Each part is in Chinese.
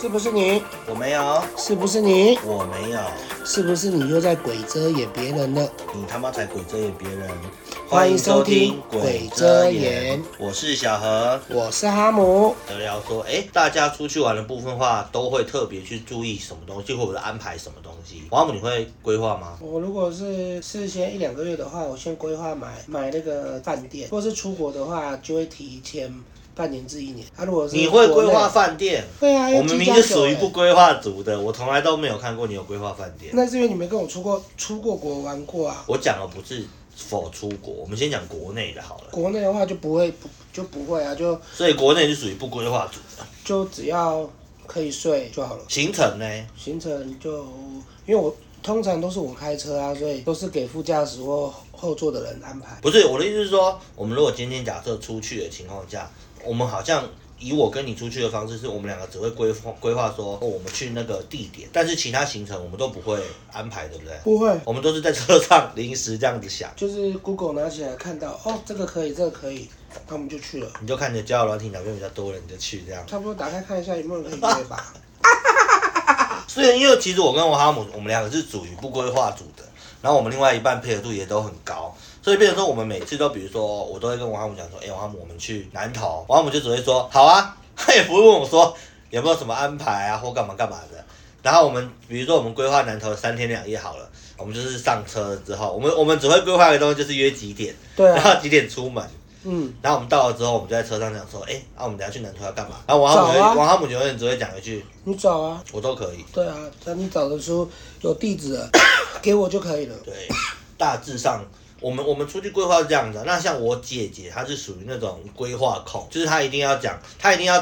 是不是你？我没有，是不是你？我没有，是不是你又在鬼遮掩别人了？你他妈才鬼遮眼别人！欢迎收听鬼遮眼，我是小何。我是哈姆，得聊说，哎，大家出去玩的部分话，都会特别去注意什么东西，或者安排什么东西。王姆，你会规划吗？我如果是事先一两个月的话，我先规划买买那个饭店；或是出国的话，就会提前半年至一年。啊，如果是你会规划国内？饭店？对啊，我们明明就属于不国。规划族的，我从来都没有看过你有规划饭店。那是因为你没跟我出过出过国玩过啊。我讲的不是否出国，我们先讲国内的好了。国内的话就不会不就不会啊，就所以国内是属于不规划族的。就只要可以睡就好了。行程呢？行程就因为我通常都是我开车啊，所以都是给副驾驶或后座的人安排。不是我的意思是说，我们如果今天假设出去的情况下，我们好像以我跟你出去的方式，是我们两个只会规划规划说、哦我们去那个地点，但是其他行程我们都不会安排，对不对？不会，我们都是在车上临时这样子想，就是 Google 拿起来看到哦，这个可以，这个可以，那我们就去了。你就看着交友软体哪边比较多人，你就去这样。差不多打开看一下有没有人可以约 吧。所以因为其实我跟我哈姆，我们两个是属于不规划组的，然后我们另外一半配合度也都很高，所以变成说我们每次都，比如说我都会跟我哈姆讲说，哎、我哈姆，我们去南投，我哈姆就只会说好啊， 他也不会问我说有没有什么安排啊或干嘛干嘛的。然后我们比如说我们规划南投三天两夜好了，我们就是上车之后，我们我们只会规划一个东西，就是约几点， 对然啊，后几点出门。嗯，然后我们到了之后，我们就在车上讲说，哎、那、我们等一下去南投要干嘛？然后王哈姆就走啊会，王哈姆永远只会讲一句，你找啊，我都可以。对啊，等你找的时候有地址了，给我就可以了。对， 大致上我们我们出去规划是这样子啊、那像我姐姐，她是属于那种规划控，就是她一定要讲，她一定要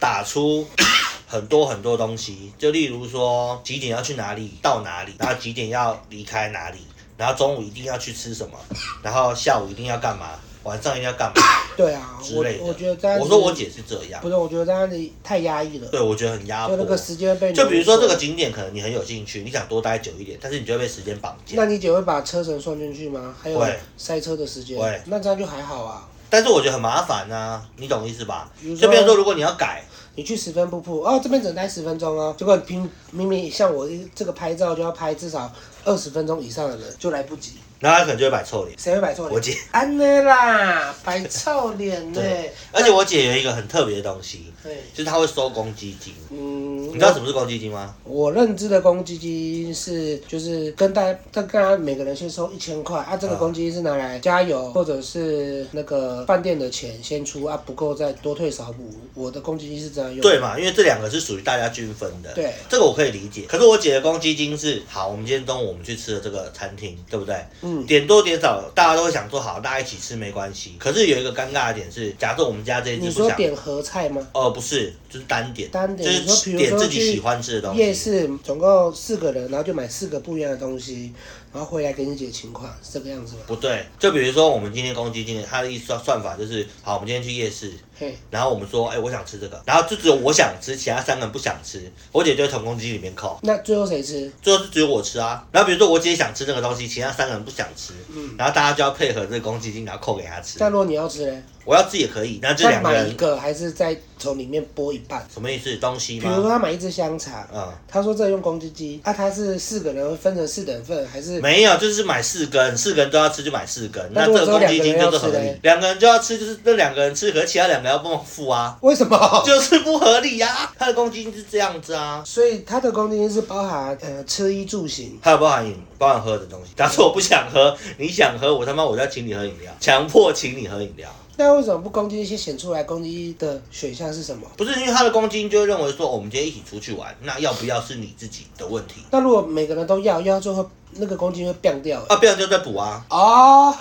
打出 很多很多东西，就例如说几点要去哪里，到哪里，然后几点要离开哪里，然后中午一定要去吃什么，然后下午一定要干嘛，晚上一定要干嘛 对啊，之我类的。我觉得这样子，我说我姐是这样不，是，我觉得这样子太压抑了，对啊我觉得很压就那个迫。时间被就比如说这个你景点，可能你很有兴趣，你想多待久一点，但是你就会被时间绑架。那你姐会把车程算进去吗？还有会塞车的时间会，那这样就还好啊。但是我觉得很麻烦啊，你懂意思吧比如？说就比如说，如果你要改，你去十分瀑布哦，这边只能待十分钟哦，结果平明明像我这个拍照就要拍至少二十分钟以上的人就来不及，然后他可能就会摆臭脸。谁会摆错脸？我姐，安呢啦，摆臭脸呢。对而且我姐有一个很特别的东西，对，就是她会收公积金。嗯，你知道什么是公积金吗？我认知的公积金是就是跟大跟大家每个人先收一千块啊，这个啊公积金是拿来加油或者是那个饭店的钱先出啊，不够再多退少补。我的公积金是这样用。对，嘛，因为这两个是属于大家均分的。对，这个我可以理解。可是我姐的公积金是，好，我们今天中午我们去吃了这个餐厅，对不对？嗯，点多点少，大家都会想说好，大家一起吃没关系。可是有一个尴尬的点是，假设我们家这一你只不说想，点合菜吗？哦，不是，就是单点，单点就你说是比如点说自己去喜欢吃的东西。夜市总共四个人，然后就买四个不一样的东西，然后回来给你姐情况，是这个样子吗？不对，就比如说我们今天公积金，它的一算算法就是，好，我们今天去夜市，嘿，然后我们说，哎、我想吃这个，然后就只有我想吃，其他三个人不想吃，我姐就会从公积金里面扣，那最后谁吃？最后是只有我吃啊。然后比如说我姐想吃这个东西，其他三个人不想吃，嗯然后大家就要配合这个公积金，然后扣给她吃。但如果你要吃嘞，我要吃也可以，那这再两个买一人个，还是再从里面剥一半？什么意思？东西比如说吗？他买一只香肠，嗯，他说这用公积金，啊，他是四个人分成四等份，还是没有，就是买四根，四根都要吃就买四根，那那如果这个公积金就是合只有两个人要吃嘞，理两个人就要吃，就是那两个人吃，可是其他两个要帮忙付啊。为什么？ 就是不合理呀、他的公积金是这样子啊， 所以他的公积金是包含呃吃衣住行，还有包含饮包含喝的东西。假设我不想喝，你想喝，我他妈我就要请你喝饮料，强迫请你喝饮料。那为什么不公积金先显出来公积金的选项是什么？不是因为他的公积金就会认为说、哦我们今天一起出去玩，那要不要是你自己的问题那如果每个人都要，要到最后那个公积金会变掉、欸。啊？不然就再补啊，哦，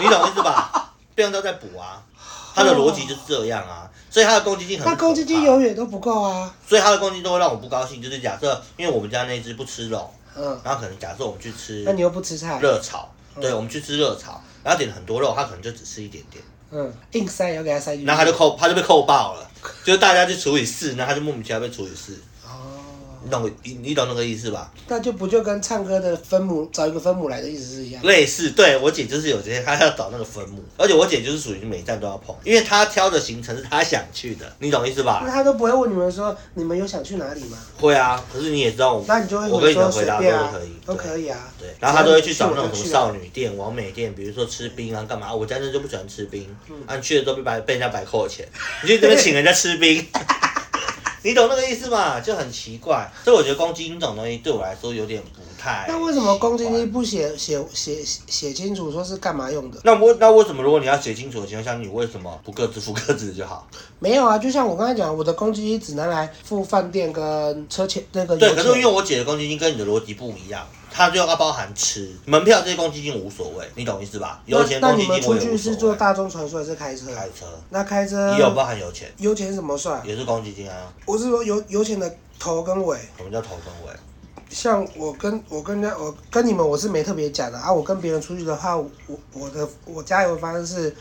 你懂意思吧？不然就再补啊，他的逻辑就是这样啊。所以他的公积金很那公积金可怕，永远都不够啊。所以他的公积金都会让我不高兴。就是假设，因为我们家那只不吃肉，嗯，然后可能假设我们去吃那你又不吃菜，热炒，嗯对，我们去吃热炒，然后点了很多肉，他可能就只吃一点点，嗯，硬塞也要给他塞进去。 然后他就扣，他就被扣爆了，就是大家就除以四，然后他就莫名其妙被除以四，哦，你懂你你懂那个意思吧？那就不就跟唱歌的分母找一个分母来的意思是一样？类似，对我姐就是有这些，她要找那个分母，而且我姐就是属于每站都要碰，因为她挑的行程是她想去的，你懂意思那吧？他都不会问你们说你们有想去哪里吗？会啊，可是你也知道我，那你就我会跟你说的随回答便都啊可以，，都对可以啊。对，然后他都会去只要你找那去我种就什去么啊少女店、完美店，比如说吃冰啊，干嘛？我家人就不喜欢吃冰，啊，你去了之后被白被人家白扣钱， 你就这边请人家吃冰， 你懂那个意思吗？就很奇怪，所以我觉得公积金这种东西对我来说有点不太。那为什么公积金？不写写写写清楚说是干嘛用的？那我那为什么如果你要写清楚的情况下，你为什么不各自付各自就好？没有啊，就像我刚才讲，我的公积金只拿来付饭店跟车钱那个油对，钱。可是因为我姐的公积金跟你的逻辑不一样，它就要包含吃、门票这些公积金无所谓，你懂意思吧？油钱那那公你积们金出我也去无是所坐谓。大众传输还是开车？啊开车那开车也有包含油钱，油钱怎么算？也是公积金啊。我是说油油钱的头跟尾。什么叫头跟尾？像我跟我跟人家我跟你们我是没特别讲的啊，我跟别人出去的话，我我的我加油的方式是，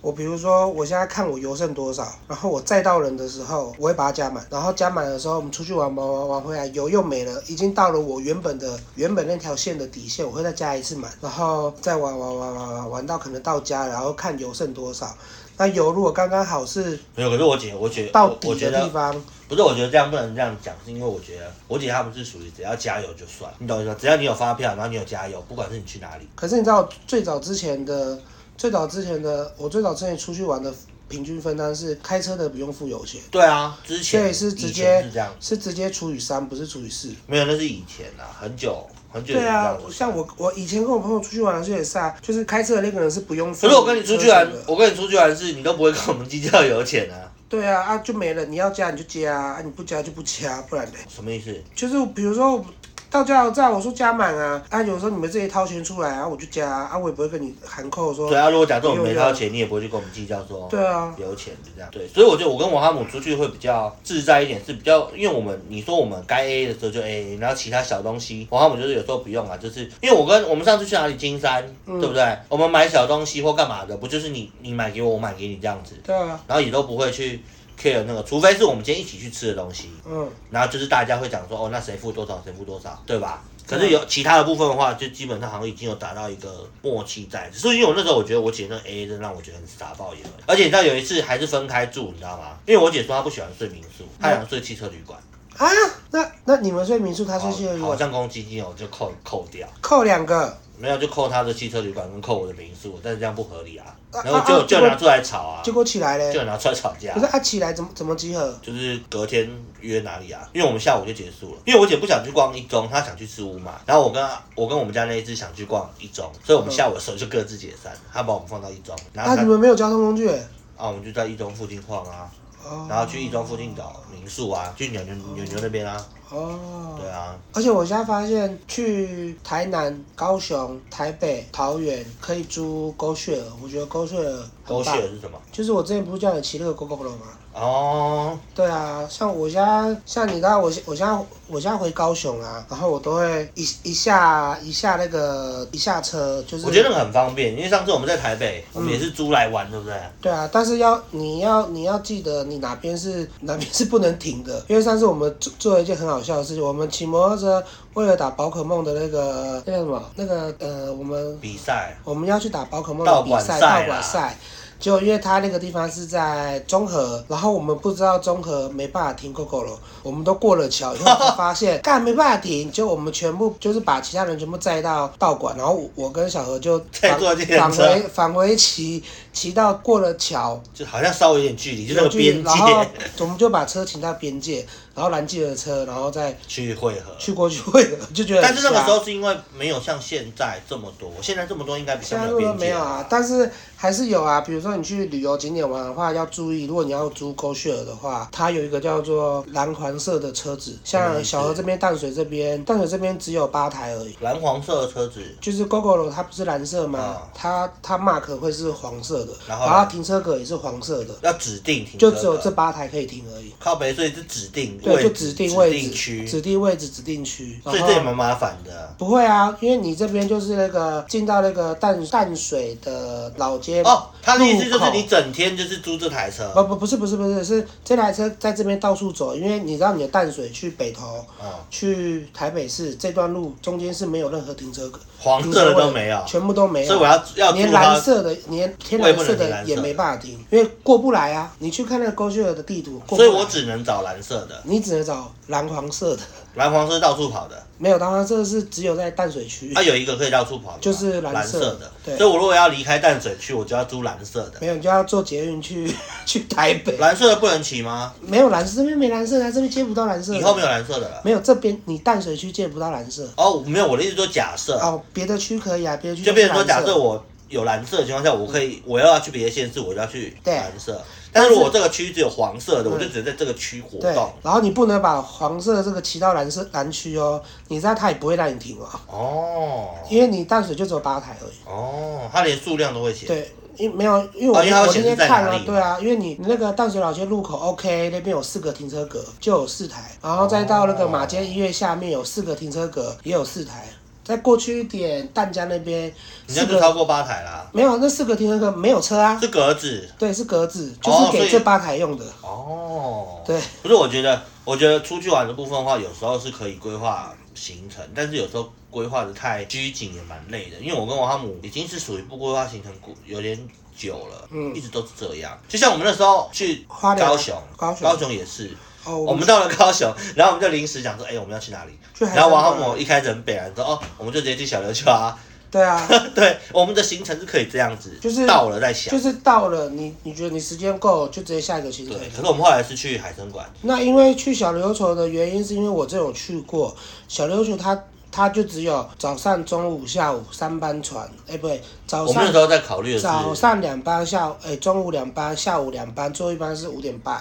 我比如说我现在看我油剩多少，然后我载到人的时候，我会把它加满，然后加满的时候我们出去玩玩玩玩回来油又没了，已经到了我原本的原本那条线的底线，我会再加一次满，然后再玩玩玩玩玩玩到可能到家，然后看油剩多少。那油如果刚刚好是没有，可是我姐，我觉得到我我底觉的地得方，不是，我觉得这样不能这样讲，是因为我觉得我姐她们是属于只要加油就算，你懂我意思吗？只要你有发票，然后你有加油，不管是你去哪里，可是你知道最早之前的，最早之前的，我最早之前出去玩的平均分担是开车的不用付油钱，对啊，之所前以是直以前接是这样，是直接除以三，不是除以四。没有，那是以前啊，很久很久以前对这样啊，子像我我以前跟我朋友出去玩的时候也是啊，就是开车的那个人是不用付。可是我跟你出去玩车钱，的我跟你出去玩是你都不会跟我们计较油钱啊，对啊啊就没了，你要加你就加啊，啊你不加就不加，不然嘞，什么意思？就是比如说我到加油站我说加满啊，啊有时候你们自己掏钱出来啊我就加啊，啊我也不会跟你含扣说对。啊，如果假设我们没不用掏钱，你也不会去跟我们计较说。对啊，有钱就这样，对，所以我觉得我跟我哈姆出去会比较自在一点，是比较，因为我们你说我们该 A 的时候就 A，然后其他小东西，我哈姆就是有时候不用啊，就是因为我跟我们上次去哪里金山，嗯对不对？我们买小东西或干嘛的，不就是你你买给我，我买给你这样子，对啊，然后也都不会去 care 那个，除非是我们今天一起去吃的东西，嗯，然后就是大家会讲说，哦，那谁付多少，谁付多少，对吧？嗯可是有其他的部分的话，就基本上好像已经有达到一个默契在，只是因为我那时候我觉得我姐那 A A 真的让我觉得很傻爆眼了，而且你知道有一次还是分开住，你知道吗？因为我姐说她不喜欢睡民宿，她想睡汽车旅馆，啊，那那你们睡民宿，他睡汽车旅哦好好啊馆，像公积金我就扣扣掉，扣两个，没有就扣她的汽车旅馆跟扣我的民宿，但是这样不合理啊，啊然后啊就啊就结果拿出来吵啊，结果起来嘞，就拿出来吵架可。是啊起来怎么怎么集合？就是隔天约哪里啊？因为我们下午就结束了，因为我姐不想去逛一中，她想去吃乌马，然后我跟她我跟我们家那一只想去逛一中，所以我们下午的时候就各自解散，她把我们放到一中，然后啊，她你们没有交通工具欸？啊我们就在一中附近晃啊，哦，然后去一中附近找民宿啊，去牛牛牛牛那边啊，对哦。啊，而且我现在发现，去台南、高雄、台北、桃园可以租 g o s h a r 我觉得 g o s h a r 狗很血棒。是什么？就是我之前不是叫你骑那个 GoGo 了吗？哦，对啊，像我现在，像你知道我现我现在我现在回高雄啊，然后我都会一一下一下那个一下车，就是我觉得那个很方便，因为上次我们在台北，我们也是租来玩，对不对？对啊，但是要你要你要记得你哪边是哪边是不能停的，因为上次我们做做了一件很好笑的事情，我们骑摩托车为了打宝可梦的那个那个什么那个呃，我们比赛我们要去打宝可梦的比赛道馆赛啦道馆赛，结果因为他那个地方是在中和，然后我们不知道中和没办法停 GoGo 了，我们都过了桥以后才发现干没办法停，就我们全部就是把其他人全部载到道馆，然后我我跟小何就 再返坐计返程车回返回骑骑到过了桥。就好像稍微有点距离，就那有个距离边然后界我们就把车停到边界，然后拦计程车，然后再 去汇合。去过去会合，就觉得很但是那个瞎时候是因为没有像现在这么多，现在这么多应该比较现在没路有都边界没有啊，但是还是有啊。比如说你去旅游景点玩的话，要注意，如果你要租 g o s h a r 的话，它有一个叫做蓝黄色的车子，嗯像小河这边、淡水这边，淡水这边只有八台而已。蓝黄色的车子，就是 GoGo 它不是蓝色吗啊？它它 mark 会是黄色的，然然后后呢它停车格也是黄色的，要指定停车就格只有这八台可以停而已。靠北，所以是指定位对，置就指定位指定置、区，指定位置、指定区。所以然这后也蛮麻烦的。不会啊，因为你这边就是那个进到那个淡淡水的老些哦，他的意思就路是口你整天就是租这台车，哦不不不是不是不是是这台车在这边到处走，因为你知道你的淡水去北投、嗯去台北市这段路中间是没有任何停车格，黄色的哦都没有停车位全部都没有，所以我要要租连它蓝色的连天我也蓝不能色停蓝的色也的没办法停，因为过不来啊。你去看那个 g o s h a r 的地图，过不所来以我只能找蓝色的，你只能找蓝黄色的，蓝黄色到处跑的，啊没有，当然这个是只有在淡水区，它有一个可以到处跑的嘛，就是蓝蓝色色的。对所以我如果要离开淡水区，我就要租蓝色的。没有你就要坐捷运去去台北，蓝色的不能骑吗？没有蓝色这边没蓝色的，它这边接不到蓝色的，以后没有蓝色的了。没有这边你淡水区接不到蓝色。哦，没有，我的意思说假设，哦，别的区可以啊，别的区就都是变成说，蓝假色嗯设我有蓝色的情况下，我可以，我要去别的县市，我就要去对蓝色。但是如果我这个区只有黄色的，我就只能在这个区活对动。，然后你不能把黄色的这个骑到蓝色蓝区哦，你知道它也不会让你停哦，哦因为你淡水就只有八台而已。哦，它连数量都会写。对，因没有，因为我、哦因为它会我今显示天在看哪里啊嘛，对啊，因为你你那个淡水老街路口 OK 那边有四个停车格，就有四台，然后再到那个马街医院下面有四个停车格，也有四台。再过去一点，淡江那边你这四样就个超过八台啦，没有，那四个停车格没有车啊，是格子。对，是格子，就哦是所给以这八台用的。哦，对，不是，我觉得，我觉得出去玩的部分的话，有时候是可以规划行程，但是有时候规划的太拘谨也蛮累的。因为我跟王哈姆已经是属于不规划行程顾有点久了，嗯一直都是这样。就像我们那时候去花莲啊高雄，高雄也是。哦，我们到了高雄，然后我们就临时想说，哎、我们要去哪里？去海然参后王哈馆啊姆一开始很北然说，哦，我们就直接去小琉球啊。 对啊，对，我们的行程是可以这样子，就是到了再想。就是到了你你觉得你时间够，就直接下一个行程对，。可是我们后来是去海参馆，那因为去小琉球的原因，是因为我这有去过小琉球它，它就只有早上、中午、下午三班船，哎、不对，早我们那上时候在考虑的是早上两班，下午哎、中午两班，下午两班，最后一班是五点半。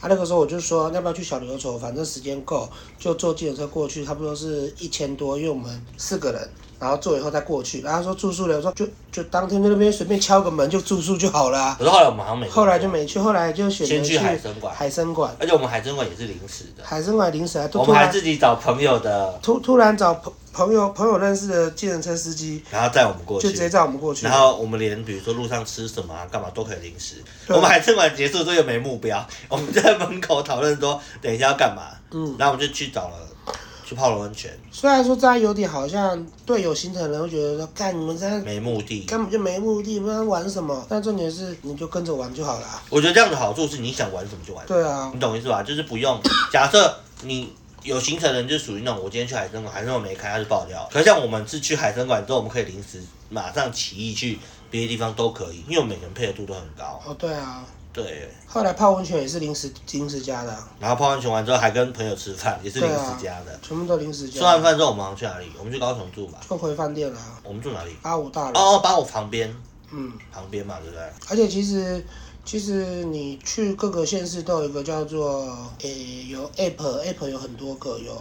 啊，那个时候我就说要不要去小琉球，反正时间够，就坐计程车过去，差不多是一千多，因为我们四个人。然后坐以后再过去，然后他说住宿的，我说就就当天在那边随便敲个门就住宿就好了啊、可是后来我们好像没去过，后来就没去，后来就选择先去海参馆海参馆，而且我们海参馆也是临时的，海参馆临时还突我突们还然自己找朋友的，突突然找朋朋友朋友认识的计程车司机，然后载我们过就去，直接载我们过去然。后我们连比如说路上吃什么啊、干嘛都可以临时。对我们海参馆结束之后又没目标， 我们就在门口讨论说等一下要干嘛，嗯，然后我们就去找了去泡了温泉，虽然说这样有点好像对有行程的人会觉得说，干你们这样没目的。根本就没目的，不知道玩什么。但重点是你就跟着玩就好了啊。我觉得这样的好处是你想玩什么就玩什么，对啊，你懂意思吧？就是不用 假设你。有行程的人就属于那种，我今天去海参馆，海参馆没开，他就爆掉了。可是像我们是去海参馆之后，我们可以临时马上起意去别的地方都可以，因为我们每个人配合度都很高。哦对啊。对，后来泡温泉也是临时临时加的啊、然后泡温泉完之后还跟朋友吃饭，也是临时加的。全部都临时吃完加，饭之后我们好像去哪里？我们去高雄住吧。就回饭店了啊、我们住哪里？八五大楼。哦哦，把我旁边嗯，旁边嘛，对不对？而且其实其实你去各个县市都有一个叫做诶、有 app app 有很多个，有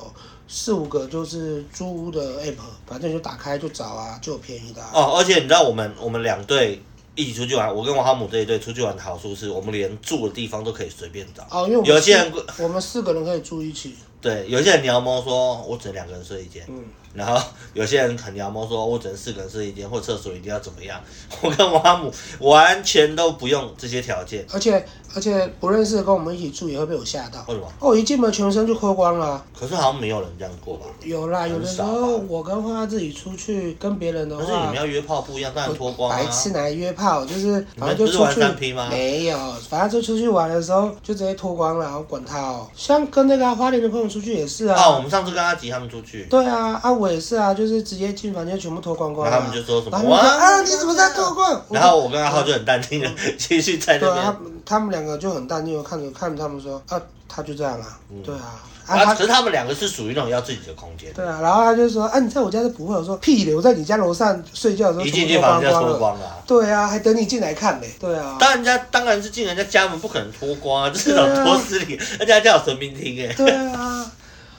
四五个就是租屋的 app，反正就打开就找啊，就有便宜的、啊。哦，而且你知道我们我们两队一起出去玩，我跟王哈姆这一队出去玩的好处是我们连住的地方都可以随便找。哦，因为我有们些人四我们四个人可以住一起，对，有些人聊猫说，我只能两个人睡一间，嗯然后有些人很聊猫说，我只能四个人睡一间，或厕所一定要怎么样。 我跟王哈姆完全都不用这些条件，而且而且不认识的跟我们一起住也会被我吓到。为什么？哦，我一进门全身就脱光了啊、可是好像没有人这样过吧？有啦，有的时很少候吧我跟花花自己出去跟别人的可是你话们，要约炮不一样，当然脱光啊啊白。痴拿来约炮，就是你反们正不就是出玩去三 P 吗没有，反正就出去玩的时候就直接脱光了，我管他哦。像跟那个啊花莲的朋友出去也是啊，啊，我们上次跟阿吉他们出去，对啊，啊我也是啊，就是直接进房间全部脱光光、啊，然后他们就说什么然后他们说哇啊你怎么在脱光？然后我跟阿浩就很淡定的 继续在对那啊，他边。们他们两个就很淡定，我看着看着他们说啊他就这样啊，对啊，啊啊，他可。是他们两个是属于那种要自己的空间，对啊，然后他就说：“啊，你在我家都不会。”我说：“屁的，我在你家楼上睡觉的时候一全进部脱光去房间就光脱了。光了啊。”对啊，还等你进来看呢。对啊，当人家当然是进人家家门，不可能脱光啊，这是种脱丝里， 人家叫神明厅哎，对啊。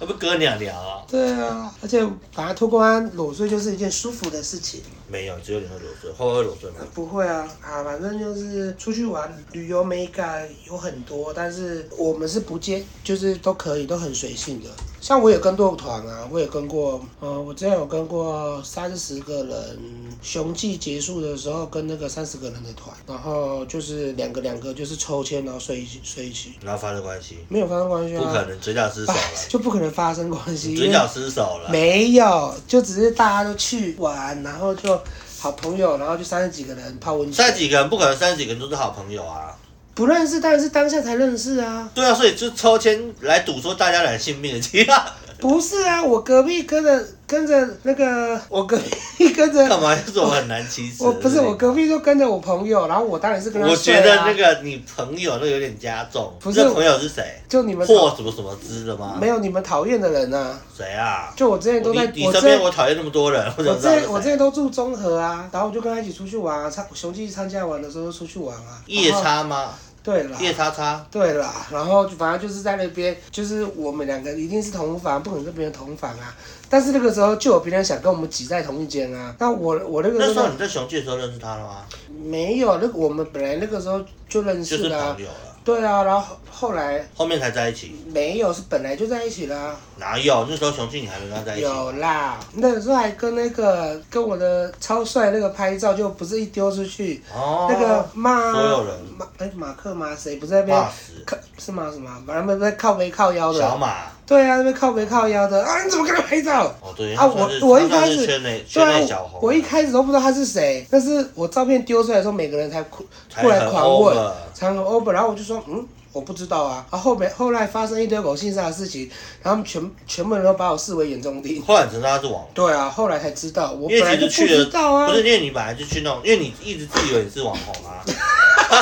那不哥俩聊啊？对啊，而且把它脱光裸睡就是一件舒服的事情。没有，只有你会裸睡，会不会裸睡吗？不会啊啊，反正就是出去玩旅游美感有很多，但是我们是不介，就是都可以，都很随性的。像我也跟过团啊，我也跟过，呃，我之前有跟过三十个人，雄季结束的时候跟那个三十个人的团，然后就是两个两个就是抽签，然后睡一起睡一起，然后发生关系，没有发生关系啊，不可能嘴角失手啊了，就不可能发生关 系，因嘴为角失手了，没有，就只是大家都去玩，然后就好朋友，然后就三十几个人泡温泉三。十几个人不可能三十几个人都是好朋友啊。不认识，当然是当下才认识啊。对啊，所以就抽签来赌说大家来性命的，其他 不是啊，我隔壁跟着跟着那 个，我隔壁跟着干嘛要做很难其实？我不是我隔壁就跟着我朋友，然后我当然是跟他、啊。我觉得那个你朋友那个有点加重，不是这朋友是谁？就你们霍什么什么之的吗没？有你们讨厌的人啊，谁啊？就我之前都你在你我之身边前我讨厌那么多人，我怎我么之知道是前我之谁？前都住中和啊，然后我就跟他一起出去玩啊，参雄记参加完的时候就出去玩啊。夜然后叉吗？对啦，夜叉叉，对啦，然后就反正就是在那边，就是我们两个一定是同房，不可能跟别人同房啊。但是那个时候就有别人想跟我们挤在同一间啊。那我我那个那时时候候你在雄剧的时候认识他了吗？没有，那个我们本来那个时候就认就识是啦、啊朋。友了，对啊，然后后来后面才在一起。没有，是本来就在一起啦、哪有？那时候雄剧你还没跟他在一起。有啦，那个时候还跟那个跟我的超帅那个拍照，就不是一丢出去，哦，那个骂所有人马哎马克马谁不是在那边骂死靠是马什么，反正不是在靠没靠腰的。小马。对啊，那边靠没靠腰的啊？你怎么跟他拍照？哦，对，啊，他算我是我他一算开是始圈对内圈啊内小红，，我一开始都不知道他是谁，但是我照片丢出来的时候，每个人才哭才过来很狂问 over，才很 over，然后我就说嗯。我不知道啊，然后后面后来发生一堆狗性上的事情，然后他们全全部人都把我视为眼中钉。后来你知道他是网红，对啊，后来才知道，我因本来为其就实去不的知道啊不。是因为你本来就去那种，因为你一直自以为你是网红啊，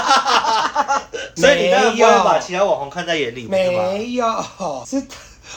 所以你当然不没有会把其他网红看在眼里，对吧？没有， 是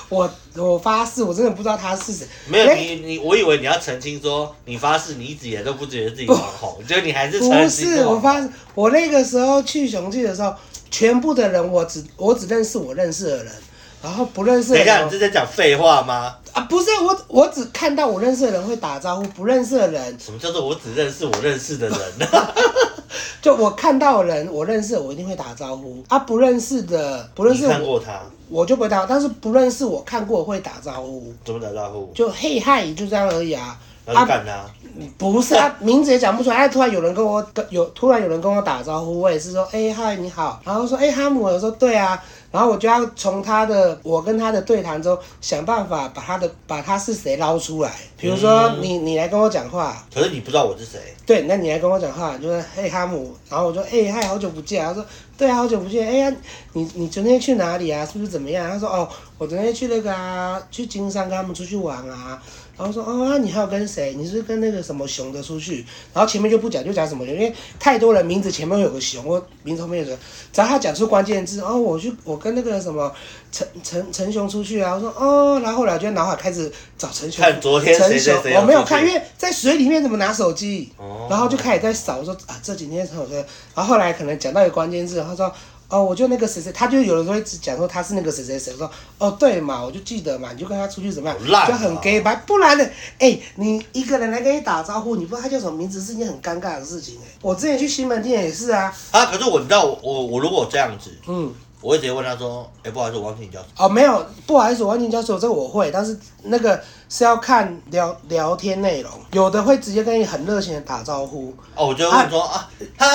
我我发誓，我真的不知道他是谁。没有那你你，我以为你要澄清说，你发誓你一直以来都不觉得自己网红，结果你还是承认不自己是，网我红发，我那个时候去雄记的时候，全部的人我只我只认识我认识的人，然后不认识等的一下，人你是在讲废话吗？啊，不是我我只看到我认识的人会打招呼，不认识的人什么叫做我只认识我认识的人？ 就我看到的人我认识的我一定会打招呼啊，不认识的不认你识看我过他，我就不会打，但是不认识我看过我会打招呼，怎么打招呼？就嘿嗨就这样而已啊。然后啊就，干他，不是啊，名字也讲不出来。哎、突然有人跟我跟有突然有人跟我打招呼，我也是说，哎、嗨，你好。然后说，哎、哈姆，我说对啊。然后我就要从他的我跟他的对谈中想办法把他的把他是谁捞出来。比如说，嗯你你来跟我讲话，可是你不知道我是谁，对，那你来跟我讲话，就是嘿哈姆，然后我就哎嗨，好久不见，他说对啊，好久不见，哎、呀，你你昨天去哪里啊？是不是怎么样？他说哦，我昨天去那个啊，去金山跟他们出去玩啊。然后说哦，那你还有跟谁？你是不是跟那个什么熊的出去？然后前面就不讲，就讲什么熊，因为太多人名字前面会有个熊或名字后面有个，只要他讲出关键字，哦，我去我跟那个什么陈陈陈熊出去啊。我说哦，然后后来我就脑海开始找陈熊，看昨天谁陈谁熊谁，我没有看，看，因为在水里面怎么拿手机？哦然后就开始在扫说啊，这几天很好喝。然后后来可能讲到一个关键字，他说哦，我就那个谁谁，他就有的时候会只讲说他是那个谁谁谁，我说哦对嘛，我就记得嘛，你就跟他出去怎么样好，烂哦就很 gay 白，不然呢，哎，你一个人来跟你打招呼，你不知道他叫什么名字是一件很尴尬的事情哎。我之前去西门町也是啊，啊，可是我你知道我我我如果这样子，嗯，我会直接问他说，哎、不好意思，我忘记你叫什么。哦没有，不好意思，我忘记教授这个我会，但是那个是要看聊聊天内容，有的会直接跟你很热情的打招呼，哦，我就会问说啊，嗨，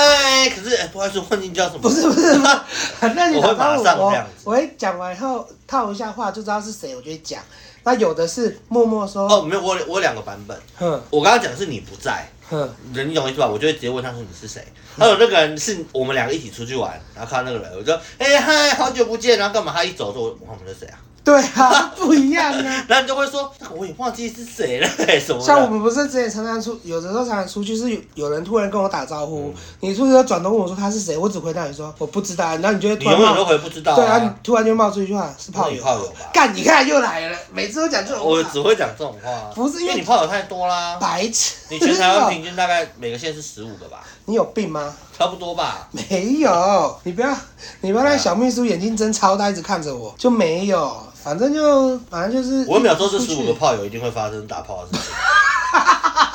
可是哎、不好意思，忘记你叫什么。不是不是，不是很认真我会马打上招呼这我样子，我会讲完后套一下话就知道是谁，我就会讲。那有的是默默说， 哦，没有，我有我有两个版本。哼我刚刚讲的是你不在，哼，人你懂我意思吧？我就会直接问他说你是谁。还有那个人是我们两个一起出去玩，然后看到那个人，我就哎、嗨，好久不见，然后干嘛？他一走说，我忘了是谁啊？ 对啊，不一样啊。然后你就会说，那个我也忘记是谁了、哎什么的。像我们不是之前常常出，有的时候常常出去是有有人突然跟我打招呼，嗯你是不是转头问我说他是谁？我只回答你说我不知道，然后你就会你突然永远都冒，回不知道啊对，啊然后你突然就冒出一句话是炮友，是炮友吧干你看又来了，每次都讲这种我话，只会讲这种话，啊不是因为你炮友太多啦。白痴，你全台湾平均大概每个县是十五个吧， 你有病吗？差不多吧。没有，你不要，你不要啊让小秘书眼睛睁超大，一直看着我，就没有。反正就，反正就是，我又没有说这十五个出去炮友一定会发生打炮的事情，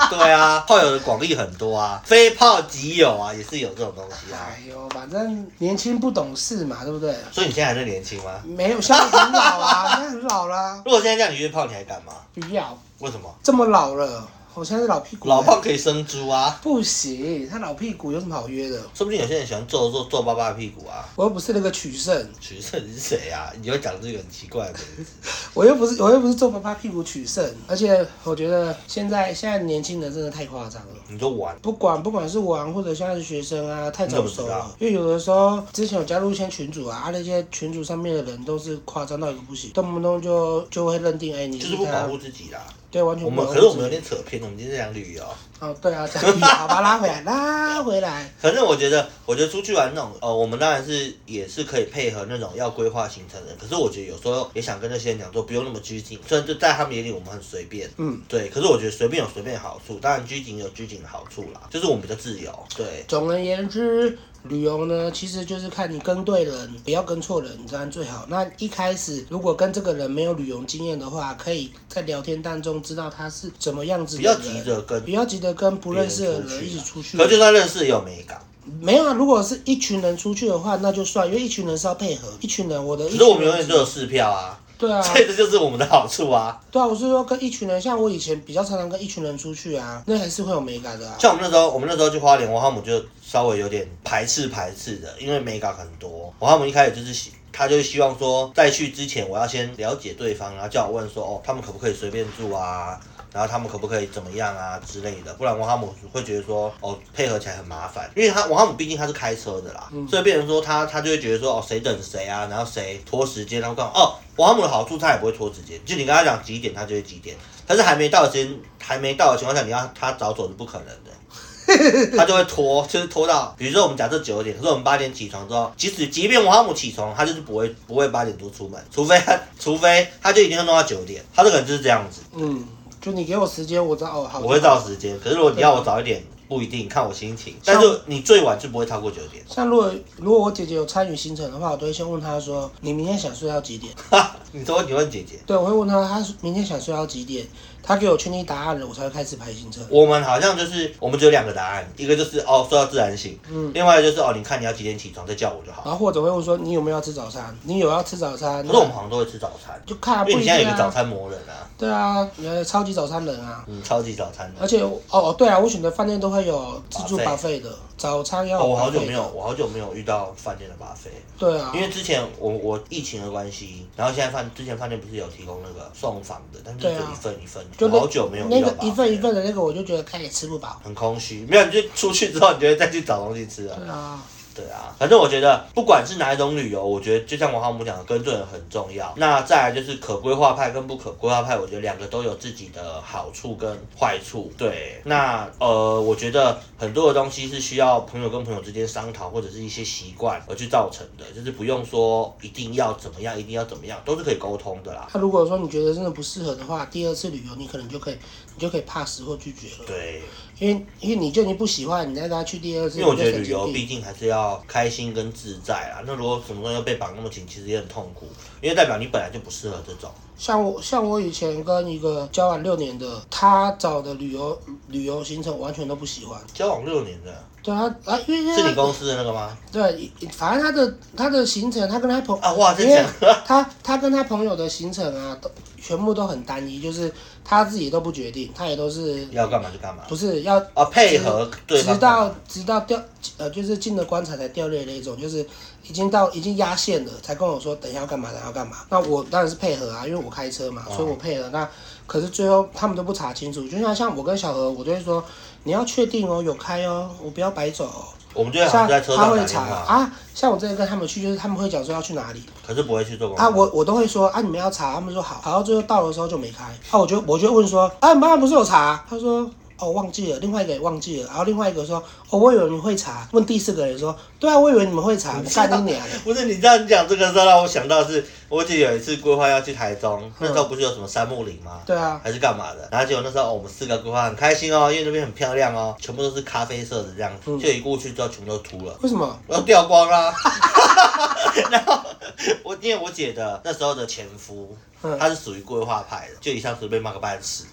对啊，炮友的广义很多啊，非炮即友啊，也是有这种东西啊。哎呦，反正年轻不懂事嘛，对不对？所以你现在还是年轻吗？没有，现在很老 啊，现在很老啦、如果现在叫你约炮，你还敢吗？不要为什么？这么老了，我现在是老屁股了。老炮可以生猪啊，不行，他老屁股有什么好约的？说不定有些人喜欢揍揍揍爸爸的屁股啊。我又不是那个取胜，取胜是谁啊？你又讲这个很奇怪的名字，我又不是我又不是揍爸爸屁股取胜，而且我觉得现在现在年轻人真的太夸张了。你说玩不管不管是玩或者现在是学生啊，太早熟那我了。因为有的时候之前有加入一些群组啊，啊那些群组上面的人都是夸张到一个不行，动不动就就会认定哎、你就是不保他护，自己啦。对，完全我不保们护可是我们有自己点扯偏了，我们今天在讲旅游。哦对啊，这样 好吧，拉回来拉回来，反正我觉得，我觉得出去玩那种，呃，我们当然是也是可以配合那种要规划行程的人。可是我觉得有时候也想跟那些人讲说，不用那么拘谨。虽然就在他们眼里我们很随便，嗯，对。可是我觉得随便有随便的好处，当然拘谨有拘谨的好处啦，就是我们比较自由，对。总而言之，旅游呢，其实就是看你跟对人，不要跟错人，当然最好。那一开始如果跟这个人没有旅游经验的话，可以在聊天当中知道他是怎么样子不的要人，急着跟不要急着跟不认识的别人一起人啊出去可。就算认识也有美感。没有啊，如果是一群人出去的话，那就算，因为一群人是要配合，一群人我的可一是我群们永人远都有试票啊，对啊，所以 这就是我们的好处啊。对啊，我是说跟一群人，像我以前比较常常跟一群人出去啊，那还是会有美感的啊。像我们那时候，我们那时候去花莲，我和姆就稍微有点排斥排斥的，因为美感很多。我和姆一开始就是希，他就希望说，在去之前我要先了解对方，然后叫我问说，哦，他们可不可以随便住啊？然后他们可不可以怎么样啊之类的，不然我哈姆会觉得说哦配合起来很麻烦，因为他我哈姆毕竟他是开车的啦，所以变成说他他就会觉得说哦谁等谁啊，然后谁拖时间，然后干嘛哦我哈姆的好处他也不会拖时间，就你跟他讲几点他就会几点，但是还没到的时间还没到的情况下，你要他早走是不可能的。他就会拖，就是拖到，比如说我们哦假设九点，可是我们八点起床之后，即使即便我哈姆起床，他就是不会不会八点多出门，除非他除非他就一定会弄到九点，他这个人就是这样子，嗯，就你给我时间，我知道哦，好，我会照时间。可是如果你要我早一点，不一定看我心情，但是你最晚就不会超过九点。像如果如果我姐姐有参与行程的话，我都会先问她说：“你明天想睡到几点哈， 你说你问姐姐，？”对，我会问她，她明天想睡到几点？她给我确定答案了，我才会开始排行程。我们好像就是我们只有两个答案，一个就是哦睡到自然醒，另外就是哦你看你要几点起床再叫我就好。然后或者会问说：“你有没有要吃早餐？你有要吃早餐？”可是我们好像都会吃早餐，就看啊，不因为一你定现在有个早啊。餐魔人啊，对啊，呃，超级早餐人啊。嗯，超级早餐而的。且我哦哦，对啊，我选的饭店都会有自助 Buffet 把费的，早餐要啊哦，有我好久 buffet 的没有，。我好久没有遇到饭店的巴菲。对啊因，为之前我我疫情的关系，然后现在饭之前饭店不是有提供那个送房的，但是只对啊有一份一份，就我那好久没有那遇到个 buffet 一份一了，份的那个，我就觉得开始吃不饱。很空虚。没有，你就出去之后，你就会再去找东西吃了。对啊，对啊，反正我觉得不管是哪一种旅游，我觉得就像王浩姆讲的，跟对人很重要。那再来就是可规划派跟不可规划派，我觉得两个都有自己的好处跟坏处。对，那呃，我觉得很多的东西是需要朋友跟朋友之间商讨，或者是一些习惯而去造成的，就是不用说一定要怎么样，一定要怎么样，都是可以沟通的啦。那如果说你觉得真的不适合的话，第二次旅游你可能就可以，你就可以 pass 或拒绝了。对，因为因为你就已经不喜欢，你再跟他去第二次，因为我觉得你旅就游神经病毕竟还是要开心跟自在啦。那如果什么东西被绑那么紧，其实也很痛苦，因为代表你本来就不适合这种。像我像我以前跟一个交往六年的，他找的旅游旅游行程完全都不喜欢。交往六年的，对啊，啊，因为是你他公司的那个吗？对，反正他的他的行程，他跟他朋啊，哇，真因为的 他他跟他朋友的行程啊，都全部都很单一，就是他自己都不决定，他也都是 要干嘛就干嘛不是要啊，配合对直方。到直到掉呃，就是进了棺材才掉泪那一种，就是已经到已经压线了，才跟我说等一下要干嘛，等一下要干嘛。那我当然是配合啊，因为我开车嘛，所以哦我配合。那可是最后他们都不查清楚，就像像我跟小何，我就会说你要确定哦，有开哦，我不要白走、哦。我们就会好像像啊在车他上打会电查话，啊，像我之前跟他们去，就是他们会讲说要去哪里可是不会去做功课啊，我我都会说啊，你们要查，他们说好，好到最后到的时候就没开啊，我就我就问说啊，你们刚刚不是有查？他说哦忘记了，另外一个也忘记了，然后另外一个说哦，我以为你们会查，问第四个人说对啊，我以为你们会查，我干你娘的！不是你这样讲这个时候让我想到是，我姐有一次规划要去台中，那时候不是有什么杉木林吗？嗯对啊，还是干嘛的？然后结果那时候、哦我们四个规划很开心哦，因为那边很漂亮哦，全部都是咖啡色的这样，嗯就一过去之后全部都秃了。为什么？我要掉光啦。 然后我因为我姐的那时候的前夫，嗯他是属于规划派的，就一上次被骂个半死。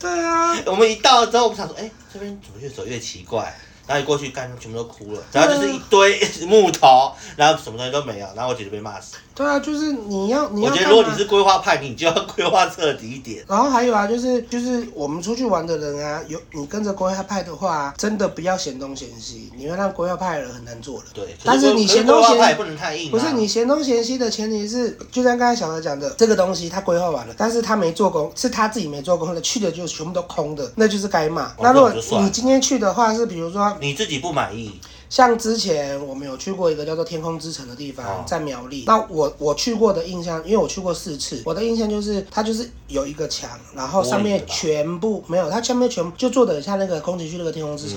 对啊，我们一到之后，我们想说，哎、这边怎么越走越奇怪？然后一过去，干，全部都哭了。然后就是一堆嗯 木头，然后什么东西都没有，然后我姐就被骂死。对啊，就是你要你我要觉干得嘛？如果你是规划派，你就要规划彻底一点。然后还有啊，就是就是我们出去玩的人啊，有你跟着规划派的话，真的不要嫌东嫌西，你会让规划派的人很难做人。对，但是是你可是嫌东规划嫌派也不能太硬、啊。不是你嫌东嫌西的前提是，就像刚才小何讲的，这个东西他规划完了，但是他没做工，是他自己没做工的，去的就全部都空的，那就是该骂。那如那我哦就果算了你今天去的话，是比如说你自己不满意，像之前我们有去过一个叫做天空之城的地方，哦在苗栗。那我我去过的印象，因为我去过四次，我的印象就是它就是有一个墙，然后上玻璃面的吧全部没有，它下面全部就做的很像那个宫崎骏那个天空之城，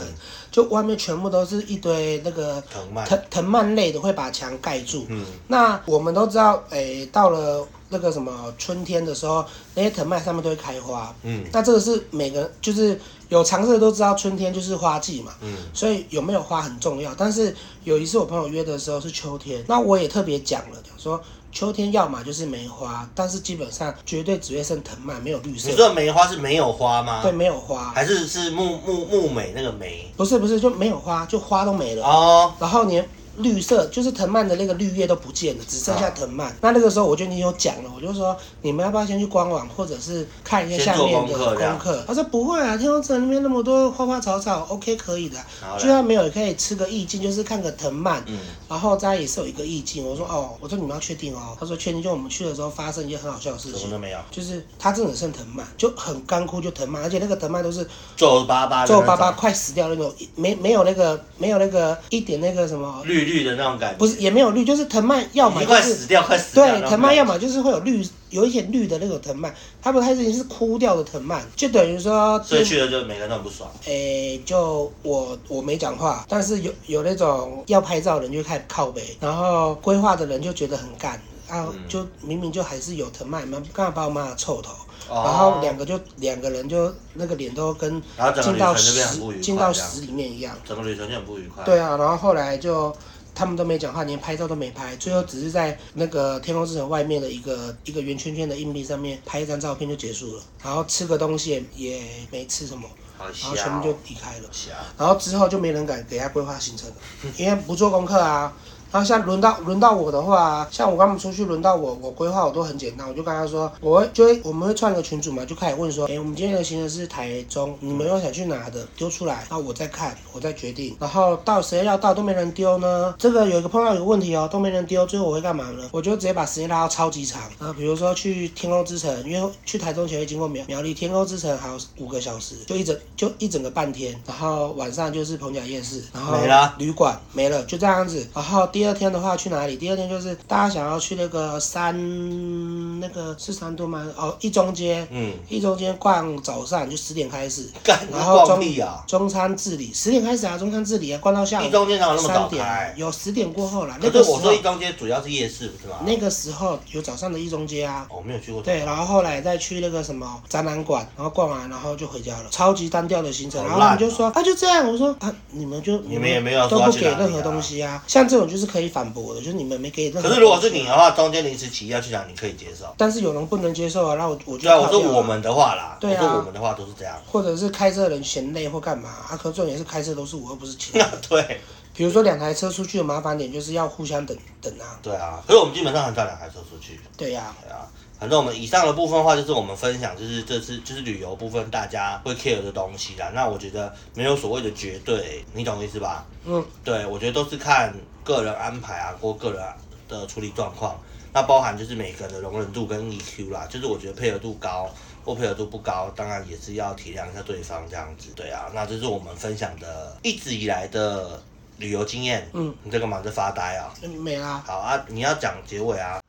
就外面全部都是一堆那个嗯藤蔓藤藤蔓类的，会把墙盖住。嗯，那我们都知道，诶、到了那个什么春天的时候，那些藤蔓上面都会开花。嗯那这个是每个就是有尝试的都知道，春天就是花季嘛。嗯，所以有没有花很重要。但是有一次我朋友约的时候是秋天，那我也特别讲了，讲说秋天要么就是没花，但是基本上绝对只会剩藤蔓，没有绿色你，说的梅花是没有花吗？对，，没有花，还是是木木木梅那个梅？不是不是就没有花，就花都没了，哦，然后连绿色就是藤蔓的那个绿叶都不见了，只剩下啊藤蔓。那那个时候我就已经有讲了，我就说你们要不要先去官网或者是看一下先下做面功的课这样功课？他说不会啊，天空城里面那么多花花草草，OK 可以的好，嘞就算没有也可以吃个意境，就是看个藤蔓。嗯，然后再也是有一个意境，我说哦，我说你们要确定哦，他说确定，就我们去的时候发生一件很好笑的事什么情都，没有，就是他真的剩藤蔓，就很干枯就藤蔓，而且那个藤蔓都是皱巴巴的那皱种，巴巴快死掉那种，没没有那个没有那个一点那个什么，绿绿的那种感觉，不是也没有绿，就是藤蔓要已么经就快是死掉，快死掉对那种感觉。藤蔓，要么就是会有绿有一点绿的那种藤蔓，它不太是是枯掉的藤蔓，就等于说所以对去了就每个人都很不爽。诶、就我我没讲话，但是有有那种要拍照的人就开始靠北，然后规划的人就觉得很干，啊，嗯就明明就还是有藤蔓，你们干嘛把我骂得臭头？哦然后两个就两个人就那个脸都跟然后整进个旅到程就变很不愉屎快，进到这样屎里面一样。整个旅程就很不愉快。对啊，然后后来就他们都没讲话，连拍照都没拍，最后只是在那个天空之城外面的一个一个圆圈圈的硬币上面拍一张照片就结束了，然后吃个东西也也没吃什么，好哦然笑后哦，全部就离开了。笑。然后之后就没人敢给他规划行程了，因为不做功课啊。然后像轮到轮到我的话，像我跟他们出去，轮到我，我规划我都很简单，我就跟他说，我会就会我们会串个群组嘛，就开始问说，哎，我们今天的行程是台中，你们又想去哪的，丢出来，那我再看，我再决定。然后到谁要到都没人丢呢？这个有一个碰到一个问题哦，都没人丢，最后我会干嘛呢？我就直接把时间拉到超级长啊，比如说去天空之城，因为去台中前会经过苗苗栗天空之城，还有五个小时，就一整就一整个半天，然后晚上就是逢甲夜市，然后没了旅馆没了，就这样子。然后第二天的话去哪里？第二天就是大家想要去那个山，那个是山东吗？哦，一中街，嗯，一中街逛早上就十点开始，干，然后中中立啊，中餐治理十点开始啊，中餐治理啊，逛到下午一中街哪有那么早三点啊开，？有十点过后啦。那可个是时我说候一中街主要是夜市，不是吗？那个时候有早上的一中街啊，哦我没有去过。对，然后后来再去那个什么展览馆，然后逛完，然后就回家了，超级单调的行程。好然烂后哦他们就说啊，就这样。我说啊，你们就你们也没有都说要不去给哪里任何东西啊，像这种就是可以反驳的，就是你们没给任何东西。可是如果是你的话，中间临时起意要去哪，你可以接受。但是有人不能接受啊，那我我就对啊，我跳掉说啊我们的话啦，对啊我说我们的话都是这样。 或者是开车的人嫌累或干嘛啊，可重点是开车都是我，又不是请 那对比如说两台车出去的麻烦点就是要互相等等啊，对啊，可是我们基本上很少两台车出去。对呀、对啊，反正我们以上的部分的话，就是我们分享，就是这次就是旅游部分大家会 care 的东西啦。那我觉得没有所谓的绝对，你懂意思吧？嗯，对，我觉得都是看个人安排啊，或个人的处理状况。那包含就是每个人的容忍度跟 EQ 啦，就是我觉得配合度高或配合度不高，当然也是要体谅一下对方这样子。对啊，那这是我们分享的一直以来的旅游经验。嗯，你在干嘛？你在发呆啊？嗯没啦，好啊，你要讲结尾啊。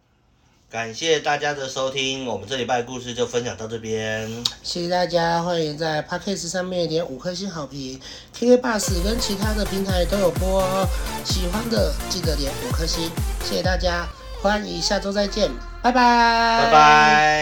感谢大家的收听，我们这礼拜的故事就分享到这边。谢谢大家，欢迎在 p a c k a g e 上面点五颗星好评，KK Bus 跟其他的平台都有播哦，喜欢的记得点五颗星，谢谢大家，欢迎下周再见，拜拜，拜。拜。